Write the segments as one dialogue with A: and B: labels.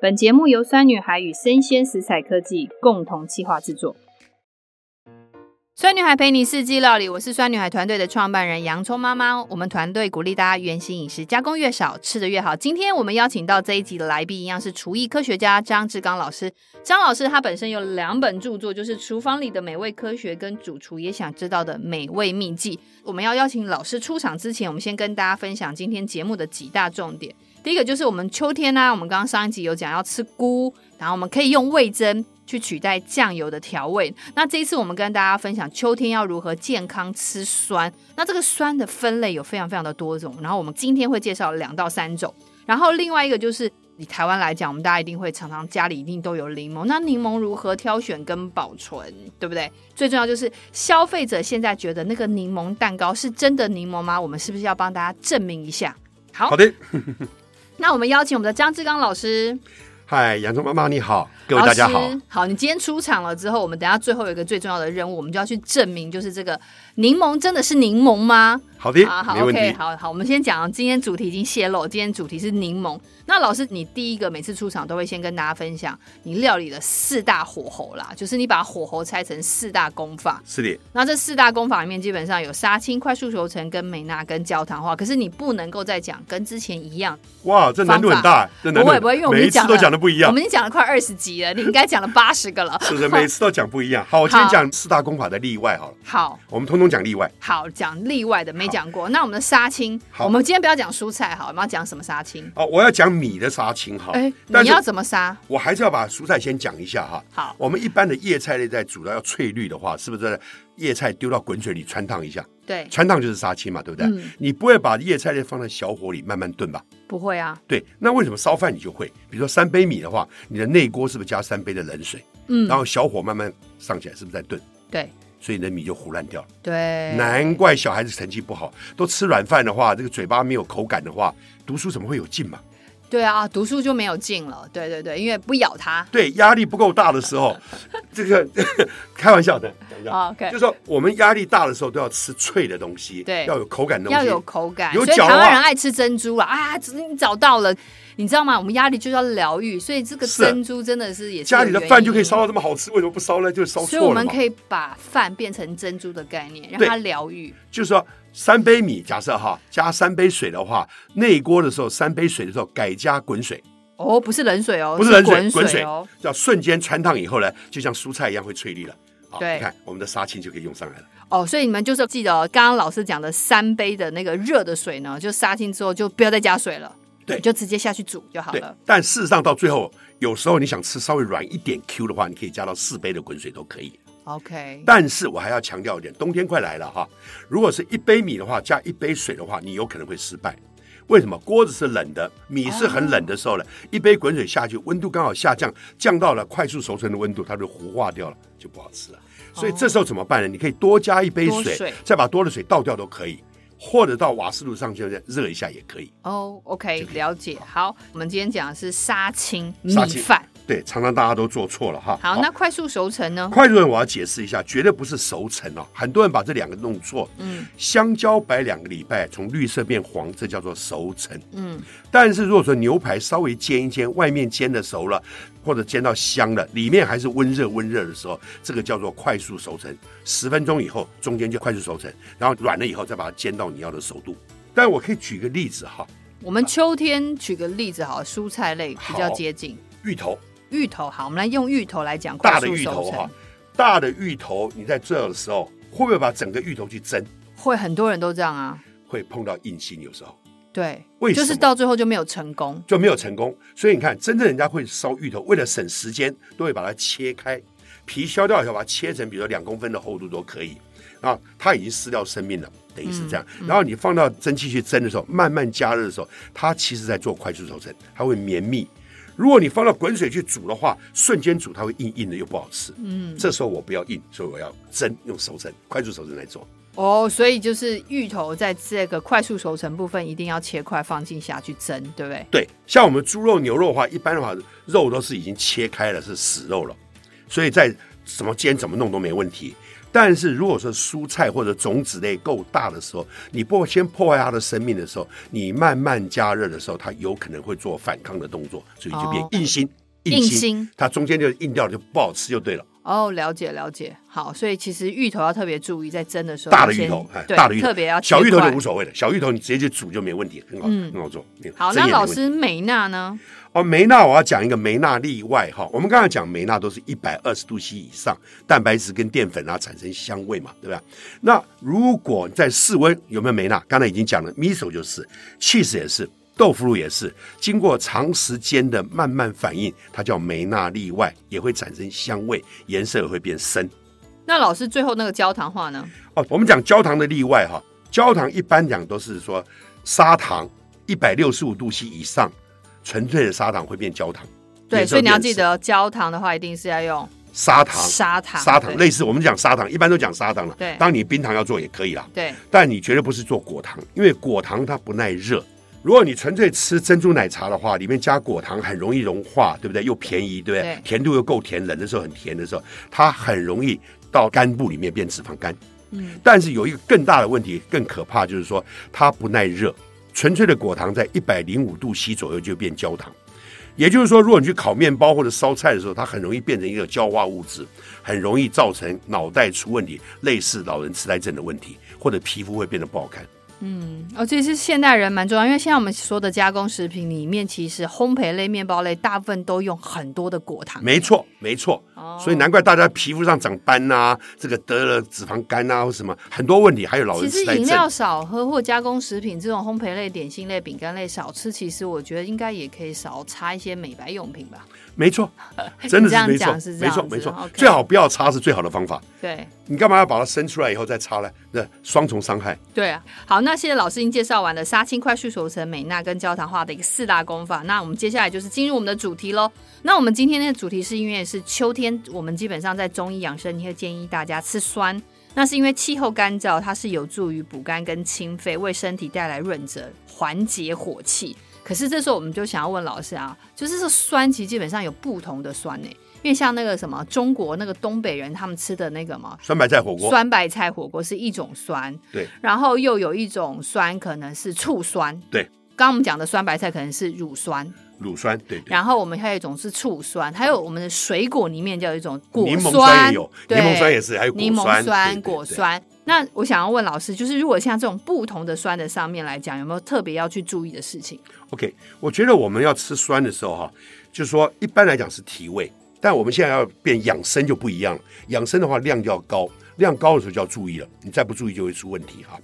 A: 本节目由酸女孩与生鲜食材科技共同企划制作。酸女孩陪你四季料理，我是酸女孩团队的创办人洋葱妈妈。我们团队鼓励大家原形饮食，加工越少，吃的越好。今天我们邀请到这一集的来宾，一样是厨艺科学家张志刚老师。张老师他本身有两本著作，就是《厨房里的美味科学》跟《主厨也想知道的美味秘籍》。我们要邀请老师出场之前，我们先跟大家分享今天节目的几大重点。第一个就是我们秋天呢、我们刚刚上一集有讲要吃菇，然后我们可以用味增去取代酱油的调味。那这一次我们跟大家分享秋天要如何健康吃酸。那这个酸的分类有非常非常的多种，然后我们今天会介绍两到三种。然后另外一个就是以台湾来讲，我们大家一定会常常家里一定都有柠檬，那柠檬如何挑选跟保存，对不对？最重要就是消费者现在觉得那个柠檬蛋糕是真的柠檬吗？我们是不是要帮大家证明一下？好，
B: 好的，
A: 那我们邀请我们的张志刚老师，
B: 嗨，洋葱妈妈你好，各位大家好
A: 老师。好，你今天出场了之后，我们等一下最后有一个最重要的任务，我们就要去证明，就是这个柠檬真的是柠檬吗？
B: 好的
A: 啊，，好
B: 没问
A: ，OK，
B: 题。
A: 好好，我们先讲，今天主题已经泄露，今天主题是柠檬。那老师，你第一个每次出场都会先跟大家分享你料理的四大火候啦，就是你把火候拆成四大功法。
B: 是的，
A: 那这四大功法里面，基本上有杀青、快速熟成、跟美纳、跟焦糖化。可是你不能够再讲跟之前一样，
B: 哇，这难度很大，这难
A: 不
B: 度
A: 会
B: 很
A: 不会，因为我们已
B: 每一
A: 经讲
B: 次都
A: 了
B: 讲的不一
A: 我
B: 样，
A: 们已经讲了快二十集了，你应该讲了八十个 了。
B: 是不是？每次都讲不一样。好，我今天
A: 好
B: 讲四大功法的例外好了，
A: 好
B: 我们通通讲例外。
A: 好讲例外的没讲过。那我们的杀青，
B: 好
A: 我们今天不要讲蔬菜，好，我们要讲什么杀青？
B: 哦，我要讲米的杀青哈
A: 哎，，
B: 但
A: 你
B: 是
A: 要怎么杀？
B: 我还是要把蔬菜先讲一下哈。
A: 好，
B: 我们一般的叶菜类在煮到要翠绿的话，是不是叶菜丢到滚水里穿烫一下？
A: 对，
B: 穿烫就是杀青嘛，对不对？
A: 嗯
B: 你不会把叶菜类放在小火里慢慢炖吧？
A: 不会啊，
B: 对，那为什么烧饭你就会？比如说三杯米的话，你的内锅是不是加三杯的冷水？
A: 嗯
B: 然，后小火慢慢上起来，是不是在炖？
A: 对
B: 所以你的米就糊烂掉了。
A: 对，
B: 难怪小孩子成绩不好，都吃软饭的话，这个嘴巴没有口感的话，读书怎么会有劲嘛？
A: 对啊，读书就没有劲了，对对对，因为不咬它。
B: 对，压力不够大的时候，这个 开玩笑的，讲一下。
A: 啊 OK，
B: 就说我们压力大的时候都要吃脆的东西，
A: 对
B: 要有口感的东
A: 要
B: 西，
A: 有口感，
B: 有
A: 所以
B: 嚼啊
A: 台
B: 的话
A: 湾人爱吃珍珠啦啊！你找到了，你知道吗？我们压力就是要疗愈，所以这个
B: 是啊
A: 珍珠真的是也是
B: 家里的饭就可以烧
A: 烧。
B: 到这么好吃，为什么不烧呢？就是烧
A: 所以我
B: 错了
A: 们
B: 嘛。
A: 可以把饭变成珍珠的概念，让
B: 对
A: 它疗愈。
B: 就是说三杯米，假设哈加三杯水的话，内锅的时候三杯水的时候改加滚水，
A: 哦，不是冷水哦，
B: 不是冷水
A: 滚
B: 滚水
A: 哦。
B: 要瞬间穿烫以后呢，就像蔬菜一样会翠绿了。好，
A: 对
B: 你看我们的杀青就可以用上来了。
A: 哦，所以你们就是记得哦，刚刚老师讲的三杯的那个热的水呢，就杀青之后就不要再加水了，
B: 对
A: 你就直接下去煮就好
B: 对
A: 了。，
B: 但事实上到最后，有时候你想吃稍微软一点 Q 的话，你可以加到四杯的滚水都可以。
A: OK，
B: 但是我还要强调一点，冬天快来了哈，如果是一杯米的话加一杯水的话，你有可能会失败。为什么？锅子是冷的，米是很冷的时候呢，一杯滚水下去，温度刚好下降，降到了快速熟成的温度，它就糊化掉了，就不好吃了。所以这时候怎么办呢？你可以多加一杯
A: 哦多
B: 水，
A: 水
B: 再把多的水倒掉都可以，或者到瓦斯炉上去热一下也可以。
A: 哦、o k 了解。好，我们今天讲的是杀青米
B: 杀青
A: 饭。
B: 对，常常大家都做错了哈。
A: 好，那快速熟成呢？
B: 快速人我要解释一下，绝对不是熟成哦，很多人把这两个弄错。
A: 嗯，
B: 香蕉摆两个礼拜，从绿色变黄，这叫做熟成。
A: 嗯，
B: 但是如果说牛排稍微煎一煎，外面煎的熟了，或者煎到香了，里面还是温热温热的时候，这个叫做快速熟成。十分钟以后，中间就快速熟成，然后软了以后再把它煎到你要的熟度。但我可以举个例子哈，
A: 我们秋天举个例子好了，蔬菜类比较
B: 好
A: 接近
B: 芋头
A: 芋头。好，我们来用芋头来讲快
B: 大的
A: 速
B: 芋头
A: 熟
B: 哈
A: 成，，
B: 大的芋头你在这的时候，会不会把整个芋头去蒸？
A: 会很多人都这样啊。
B: 会碰到硬心，有时候。
A: 对，
B: 为什
A: 就
B: 么
A: 是到最后就没有成功。
B: 就没有成功。所以你看，真正人家会烧芋头，为了省时间，都会把它切开，皮削掉以后把它切成，比如说两公分的厚度都可以。啊，它已经失掉生命了，等于是这样。然后你放到蒸汽去蒸的时候，慢慢加热的时候，它其实在做快速熟成，它会绵密。如果你放到滚水去煮的话，瞬间煮它会硬硬的，又不好吃。嗯，这时候我不要硬，所以我要蒸，用熟成、快速熟成来做。
A: 哦，所以就是芋头在这个快速熟成部分一定要切块放进下去蒸，对不对？
B: 对，像我们猪肉、牛肉的话，一般的话肉都是已经切开了，是死肉了，所以在怎么煎、怎么弄都没问题。但是如果说蔬菜或者种子类够大的时候，你不先破坏它的生命的时候，你慢慢加热的时候，它有可能会做反抗的动作，所以就变
A: 哦
B: 硬心。
A: 硬
B: 心，
A: 心
B: 它中间就硬掉了，就不好吃就对了。
A: 哦，了解了解，好，所以其实芋头要特别注意，在蒸的时候
B: 大的
A: 要
B: 芋
A: 先
B: 头，哎，
A: 对
B: 大的芋头，
A: 特别要切
B: 小芋头
A: 块
B: 就无所谓了，小芋头你直接去煮就没问题，很好，
A: 嗯
B: 很好做。
A: 好，
B: 真
A: 那
B: 也没
A: 老
B: 问题
A: 师美娜呢？
B: 哦，梅纳我要讲一个梅纳例外哈。我们刚才讲梅纳都是一百二十度 C 以上，蛋白质跟淀粉啊产生香味嘛，对吧？那如果在室温有没有梅纳？刚才已经讲了，miso 就是，cheese 也是，豆腐乳也是，经过长时间的慢慢反应，它叫梅纳例外，也会产生香味，颜色也会变深。
A: 那老师最后那个焦糖化呢？
B: 哦，我们讲焦糖的例外哈，焦糖一般讲都是说砂糖一百六十五度 C 以上，纯粹的砂糖会变焦糖。
A: 对，
B: 颜色
A: 所以你要
B: 变
A: 记
B: 深
A: 得焦糖的话，一定是要用
B: 砂糖，
A: 砂糖，
B: 砂糖
A: 对
B: 类似我们讲砂糖，一般都讲砂糖了。
A: 对
B: 当你冰糖要做也可以啦，
A: 对，
B: 但你绝对不是做果糖，因为果糖它不耐热。如果你纯粹吃珍珠奶茶的话，里面加果糖很容易融化，对不对？又便宜，对不对？
A: 对
B: 甜度又够甜，冷的时候很甜的时候，它很容易到肝部里面变脂肪肝。
A: 嗯，
B: 但是有一个更大的问题，更可怕，就是说它不耐热。纯粹的果糖在一百零五度 C 左右就变焦糖，也就是说，如果你去烤面包或者烧菜的时候，它很容易变成一个焦化物质，很容易造成脑袋出问题，类似老人痴呆症的问题，或者皮肤会变得不好看。
A: 哦，这是现代人蛮重要，因为现在我们说的加工食品里面，其实烘焙类、面包类大部分都用很多的果糖，
B: 没错，没错。
A: 哦
B: 所以难怪大家皮肤上长斑呐、这个得了脂肪肝啊，或什么很多问题，还有老
A: 其
B: 人
A: 实
B: 痴呆
A: 饮料
B: 症。
A: 少喝或加工食品这种烘焙类、点心类、饼干类少吃，其实我觉得应该也可以少擦一些美白用品吧。
B: 没错，真 的
A: 你这
B: 是
A: 样
B: 没错
A: 讲是，这
B: 没
A: 样
B: 错，
A: 子
B: 没错
A: OK。
B: 最好不要擦是最好的方法。
A: 对
B: 你干嘛要把它生出来以后再擦呢？那双重伤害。
A: 对啊，好，那谢谢老师已经介绍完了杀青快速熟成美纳跟焦糖化的一个四大功法，那我们接下来就是进入我们的主题喽。那我们今天的主题是因为是秋天，我们基本上在中医养生，你会建议大家吃酸，那是因为气候干燥，它是有助于补肝跟清肺，为身体带来润泽，缓解火气。可是这时候我们就想要问老师啊，就是这酸其实基本上有不同的酸呢、因为像那个什么中国那个东北人他们吃的那个嘛
B: 酸白菜火锅，
A: 酸白菜火锅是一种酸，
B: 对，
A: 然后又有一种酸可能是醋酸，
B: 对。
A: 刚刚我们讲的酸白菜可能是乳酸，
B: 乳酸，对对。
A: 然后我们还有一种是醋酸，还有我们的水果里面就有一种果
B: 柠檬
A: 酸
B: 酸也有，柠
A: 对
B: 檬酸也是，还有果
A: 柠檬
B: 酸、
A: 酸、
B: 对对
A: 果
B: 对
A: 酸。那我想要问老师，就是如果像这种不同的酸的上面来讲，有没有特别要去注意的事情？
B: OK，我觉得我们要吃酸的时候哈、就是说一般来讲是提味，但我们现在要变养生就不一样了。养生的话量要高，量高的时候就要注意了，你再不注意就会出问题哈、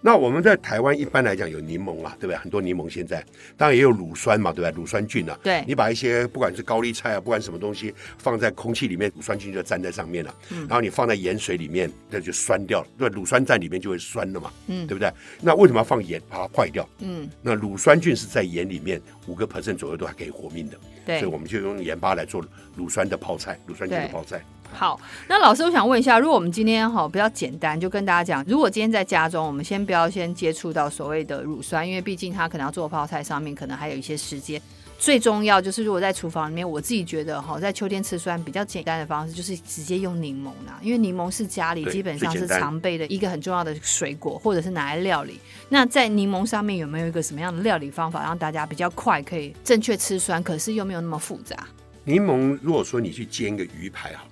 B: 那我们在台湾一般来讲有柠檬啦，对不对？很多柠檬现在当然也有乳酸嘛，对不对？乳酸菌啊，
A: 对
B: 你把一些不管是高丽菜啊，不管什么东西放在空气里面，乳酸菌就粘在上面了。
A: 嗯
B: 然后你放在盐水里面，那就酸掉了，对吧，乳酸在里面就会酸了嘛，
A: 嗯
B: 对不对？那为什么要放盐把它坏掉？
A: 嗯，
B: 那乳酸菌是在盐里面五个 percent 左右都还可以活命的，
A: 对
B: 所以我们就用盐巴来做乳酸的泡菜，乳酸菌的
A: 对
B: 泡菜。
A: 好，那老师，我想问一下，如果我们今天哈比较简单，就跟大家讲，如果今天在家中，我们先不要先接触到所谓的乳酸，因为毕竟它可能要做泡菜上面，可能还有一些时间。最重要就是，如果在厨房里面，我自己觉得哈，在秋天吃酸比较简单的方式就是直接用柠檬啦，因为柠檬是家里
B: 对
A: 基本上
B: 最
A: 是
B: 简单
A: 常备的一个很重要的水果，或者是拿来料理。那在柠檬上面有没有一个什么样的料理方法，让大家比较快可以正确吃酸，可是又没有那么复杂？
B: 柠檬，如果说你去煎一个鱼排哈，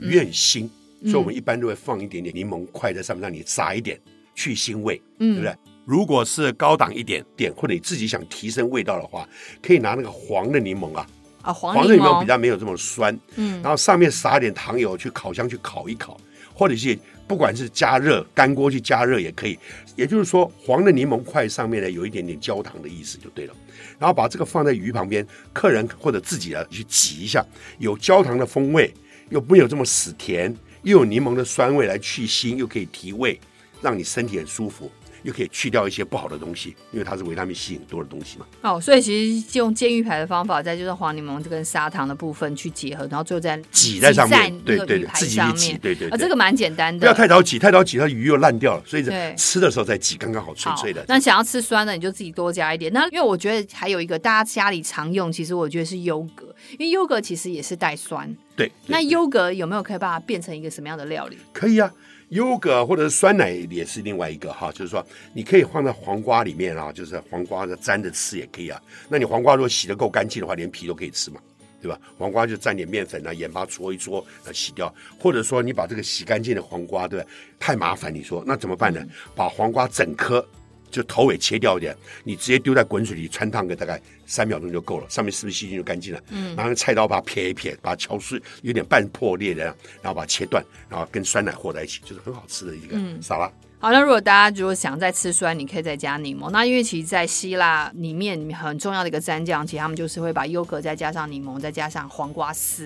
B: 鱼
A: 嗯
B: 很腥，所以我们一般都会放一点点柠檬块在上面，让你撒一点去腥味，对不
A: 嗯
B: 对？如果是高档一点点，或者你自己想提升味道的话，可以拿那个黄的柠檬啊，
A: 啊，黄
B: 黄的
A: 柠
B: 柠檬
A: 檬
B: 比较没有这么酸，
A: 嗯
B: 然后上面撒一点糖油，去烤箱去烤一烤，或者是不管是加热干锅去加热也可以。也就是说，黄的柠檬块上面呢有一点点焦糖的意思就对了。然后把这个放在鱼旁边，客人或者自己啊去挤一下，有焦糖的风味，又没有这么死甜，又有柠檬的酸味来去腥，又可以提味，让你身体很舒服。又可以去掉一些不好的东西，因为它是维他命 C 很多的东西嘛。
A: 哦，所以其实用煎鱼排的方法，再就是黄柠檬跟砂糖的部分去结合，然后最后再
B: 挤在上面
A: 那个
B: 对对
A: 鱼
B: 对
A: 排
B: 自己去
A: 上
B: 挤
A: 面，
B: 对对
A: 啊，
B: 对
A: 这个蛮简单的，
B: 不要太早挤，太早挤它鱼又烂掉了，所以
A: 对
B: 吃的时候再挤，刚刚好脆
A: 好
B: 脆的。
A: 那想要吃酸的，你就自己多加一点。那因为我觉得还有一个大家家里常用，其实我觉得是优格，因为优格其实也是带酸。
B: 对，对
A: 那优格有没有可以把它变成一个什么样的料理？
B: 可以啊，优格或者是酸奶也是另外一个哈，就是说你可以放在黄瓜里面啊，就是黄瓜的沾着吃也可以啊。那你黄瓜如果洗得够干净的话，连皮都可以吃嘛，对吧？黄瓜就沾点面粉啊、盐巴搓一搓，那洗掉。或者说你把这个洗干净的黄瓜，对吧？太麻烦，你说那怎么办呢？把黄瓜整颗。就头尾切掉一点，你直接丢在滚水里穿烫个大概三秒钟就够了，上面是不是细菌就干净了？嗯，然后用菜刀把它撇一撇，把它敲碎，有点半破裂的，然后把它切断，然后跟酸奶和在一起，就是很好吃的一个沙拉。
A: 好，那如果大家如果想再吃酸，你可以再加柠檬。那因为其实，在希腊里面很重要的一个蘸酱，其实他们就是会把优格再加上柠檬，再加上黄瓜丝，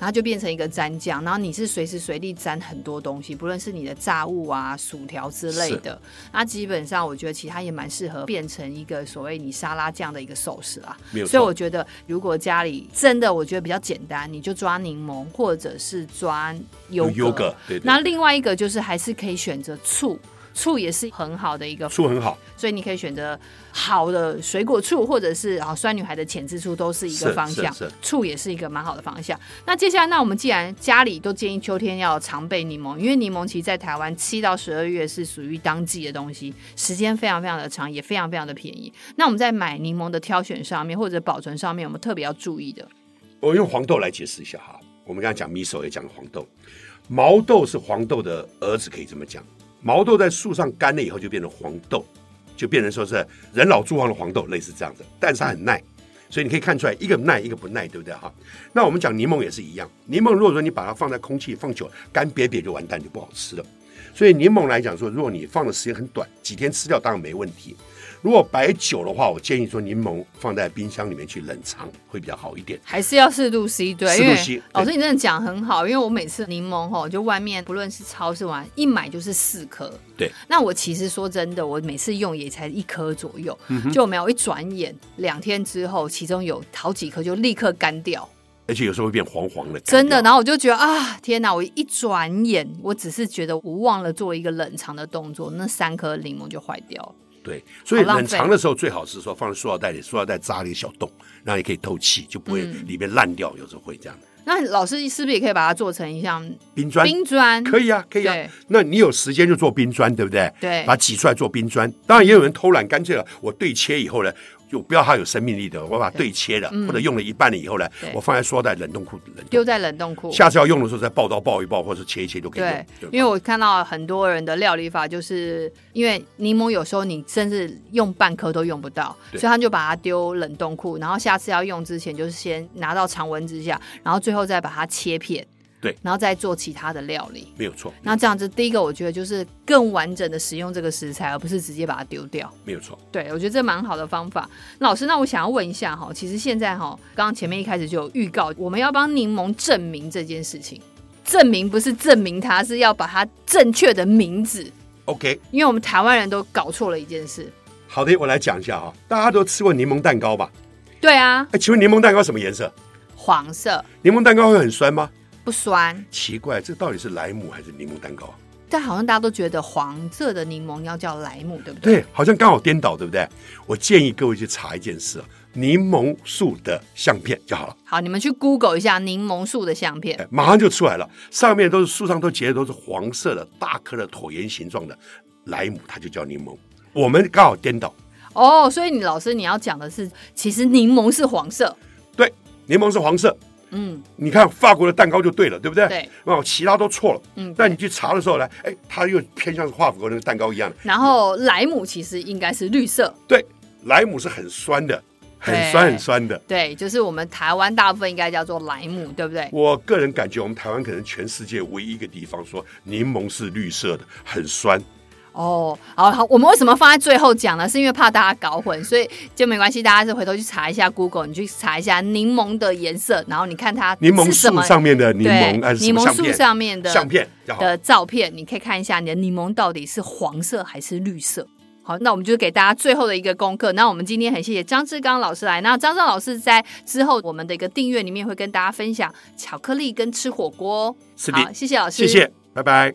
A: 然后就变成一个蘸酱。然后你是随时随地蘸很多东西，不论是你的炸物啊、薯条之类的。那基本上，我觉得其实它也蛮适合变成一个所谓你沙拉酱的一个 sauce 啦。
B: 没有错
A: 所以我觉得，如果家里真的我觉得比较简单，你就抓柠檬或者是抓优
B: 用优格，对对
A: 那另外一个就是还是可以选择醋，醋也是很好的一个，
B: 醋很好，
A: 所以你可以选择好的水果醋，或者是啊酸女孩的浅汁醋都是一个
B: 是
A: 方
B: 是
A: 向
B: 是，
A: 醋也是一个蛮好的方向。那接下来，那我们既然家里都建议秋天要常备柠檬，因为柠檬其实在台湾七到十二月是属于当季的东西，时间非常非常的长，也非常非常的便宜。那我们在买柠檬的挑选上面或者保存上面，我们特别要注意的，
B: 我用黄豆来解释一下哈。我们刚才讲 miso 也讲黄豆，毛豆是黄豆的儿子，可以这么讲。毛豆在树上干了以后就变成黄豆，就变成说是人老珠黄的黄豆，类似这样子。但是它很耐，所以你可以看出来，一个耐，一个不耐，对不对哈？那我们讲柠檬也是一样，柠檬如果说你把它放在空气放久，干瘪瘪就完蛋，就不好吃了。所以柠檬来讲说，如果你放的时间很短，几天吃掉当然没问题。如果摆久的话，我建议说柠檬放在冰箱里面去冷藏会比较好一点。
A: 还是要适度 C 对，
B: 适
A: 因
B: 度
A: 为
B: C，对
A: 老师你真的讲很好，因为我每次柠檬吼，就外面不论是超市玩一买就是四颗，
B: 对，
A: 那我其实说真的，我每次用也才一颗左右，
B: 嗯
A: 就没有一转眼两天之后，其中有好几颗就立刻干掉，
B: 而且有时候会变黄黄的，
A: 真的。
B: 呢。
A: 然后我就觉得啊，天哪！我一转眼，我只是觉得我忘了做一个冷藏的动作，那三颗柠檬就坏掉了。
B: 对，所以
A: 好浪费
B: 冷藏的时候最好是说放在塑料袋里，塑料袋扎了一个小洞，让你可以透气，就不会
A: 嗯
B: 里面烂掉，有时候会这样的。
A: 那老师是不是也可以把它做成一项
B: 冰砖
A: 冰砖？
B: 可以啊，可以
A: 对
B: 啊。那你有时间就做冰砖，对不对？
A: 对
B: 把它挤出来做冰砖。当然也有人偷懒，干脆了我对切以后呢，就不要它有生命力的，我把它对切了，或者用了一半了以后呢
A: 嗯对，
B: 我放在塑料袋冷冻库冷冻。
A: 丢在冷冻库。
B: 下次要用的时候再抱刀抱一抱，或者是切一切就可以
A: 对
B: 用。，
A: 因为我看到很多人的料理法，就是因为柠檬有时候你甚至用半颗都用不到，所
B: 对
A: 以他就把它丢冷冻库，然后下次要用之前就是先拿到常温之下，然后最后再把它切片，
B: 对
A: 然后再做其他的料理。
B: 没有错，
A: 那这样子，第一个我觉得就是更完整的使用这个食材，而不是直接把它丢掉。
B: 没有错。
A: 对，我觉得这蛮好的方法。那老师，那我想要问一下哈，其实现在哈，刚刚前面一开始就有预告，我们要帮柠檬证明这件事情。证明不是证明它，是要把它正确的名字，
B: OK，
A: 因为我们台湾人都搞错了一件事。
B: 好的，我来讲一下啊。大家都吃过柠檬蛋糕吧？
A: 对啊，
B: 哎，请问柠檬蛋糕什么颜色？
A: 黄色
B: 柠檬蛋糕会很酸吗？
A: 不酸，
B: 奇怪，这到底是莱姆还是柠檬蛋糕？
A: 但好像大家都觉得黄色的柠檬要叫莱姆，对不对？
B: 对，好像刚好颠倒，对不对？我建议各位去查一件事啊，柠檬树的相片就好了，
A: 好，你们去 Google 一下柠檬树的相片。
B: 哎，马上就出来了。上面都是树上都结的都是黄色的大颗的椭圆形状的莱姆，它就叫柠檬。我们刚好颠倒，
A: 哦，所以你老师你要讲的是，其实柠檬是黄色。
B: 对，柠檬是黄色。
A: 嗯，
B: 你看法国的蛋糕就对了，对不对？
A: 对，
B: 哦，其他都错了。
A: 嗯
B: 但你去查的时候呢，哎，它又偏向法国那个蛋糕一样的。
A: 然后莱姆其实应该是绿色。
B: 对，莱姆是很酸的，很
A: 对
B: 酸很酸的。
A: 对，就是我们台湾大部分应该叫做莱姆，对不对？
B: 我个人感觉，我们台湾可能全世界唯一一个地方说柠檬是绿色的，很酸。
A: 哦，好好，我们为什么放在最后讲呢？是因为怕大家搞混，所以就没关系，大家是回头去查一下 Google，你去查一下柠檬的颜色，然后你看它
B: 柠檬
A: 是什
B: 树
A: 么
B: 上面的柠檬，
A: 对，
B: 哎，是什
A: 柠
B: 么
A: 檬
B: 相
A: 树
B: 片？
A: 上面的
B: 相片就好。
A: 的照片，你可以看一下你的柠檬到底是黄色还是绿色。好，那我们就给大家最后的一个功课。那我们今天很谢谢张志刚老师来。那张志刚老师在之后我们的一个订阅里面会跟大家分享巧克力跟吃火锅、哦。
B: 是的
A: 好，谢谢老师，
B: 谢谢，拜拜。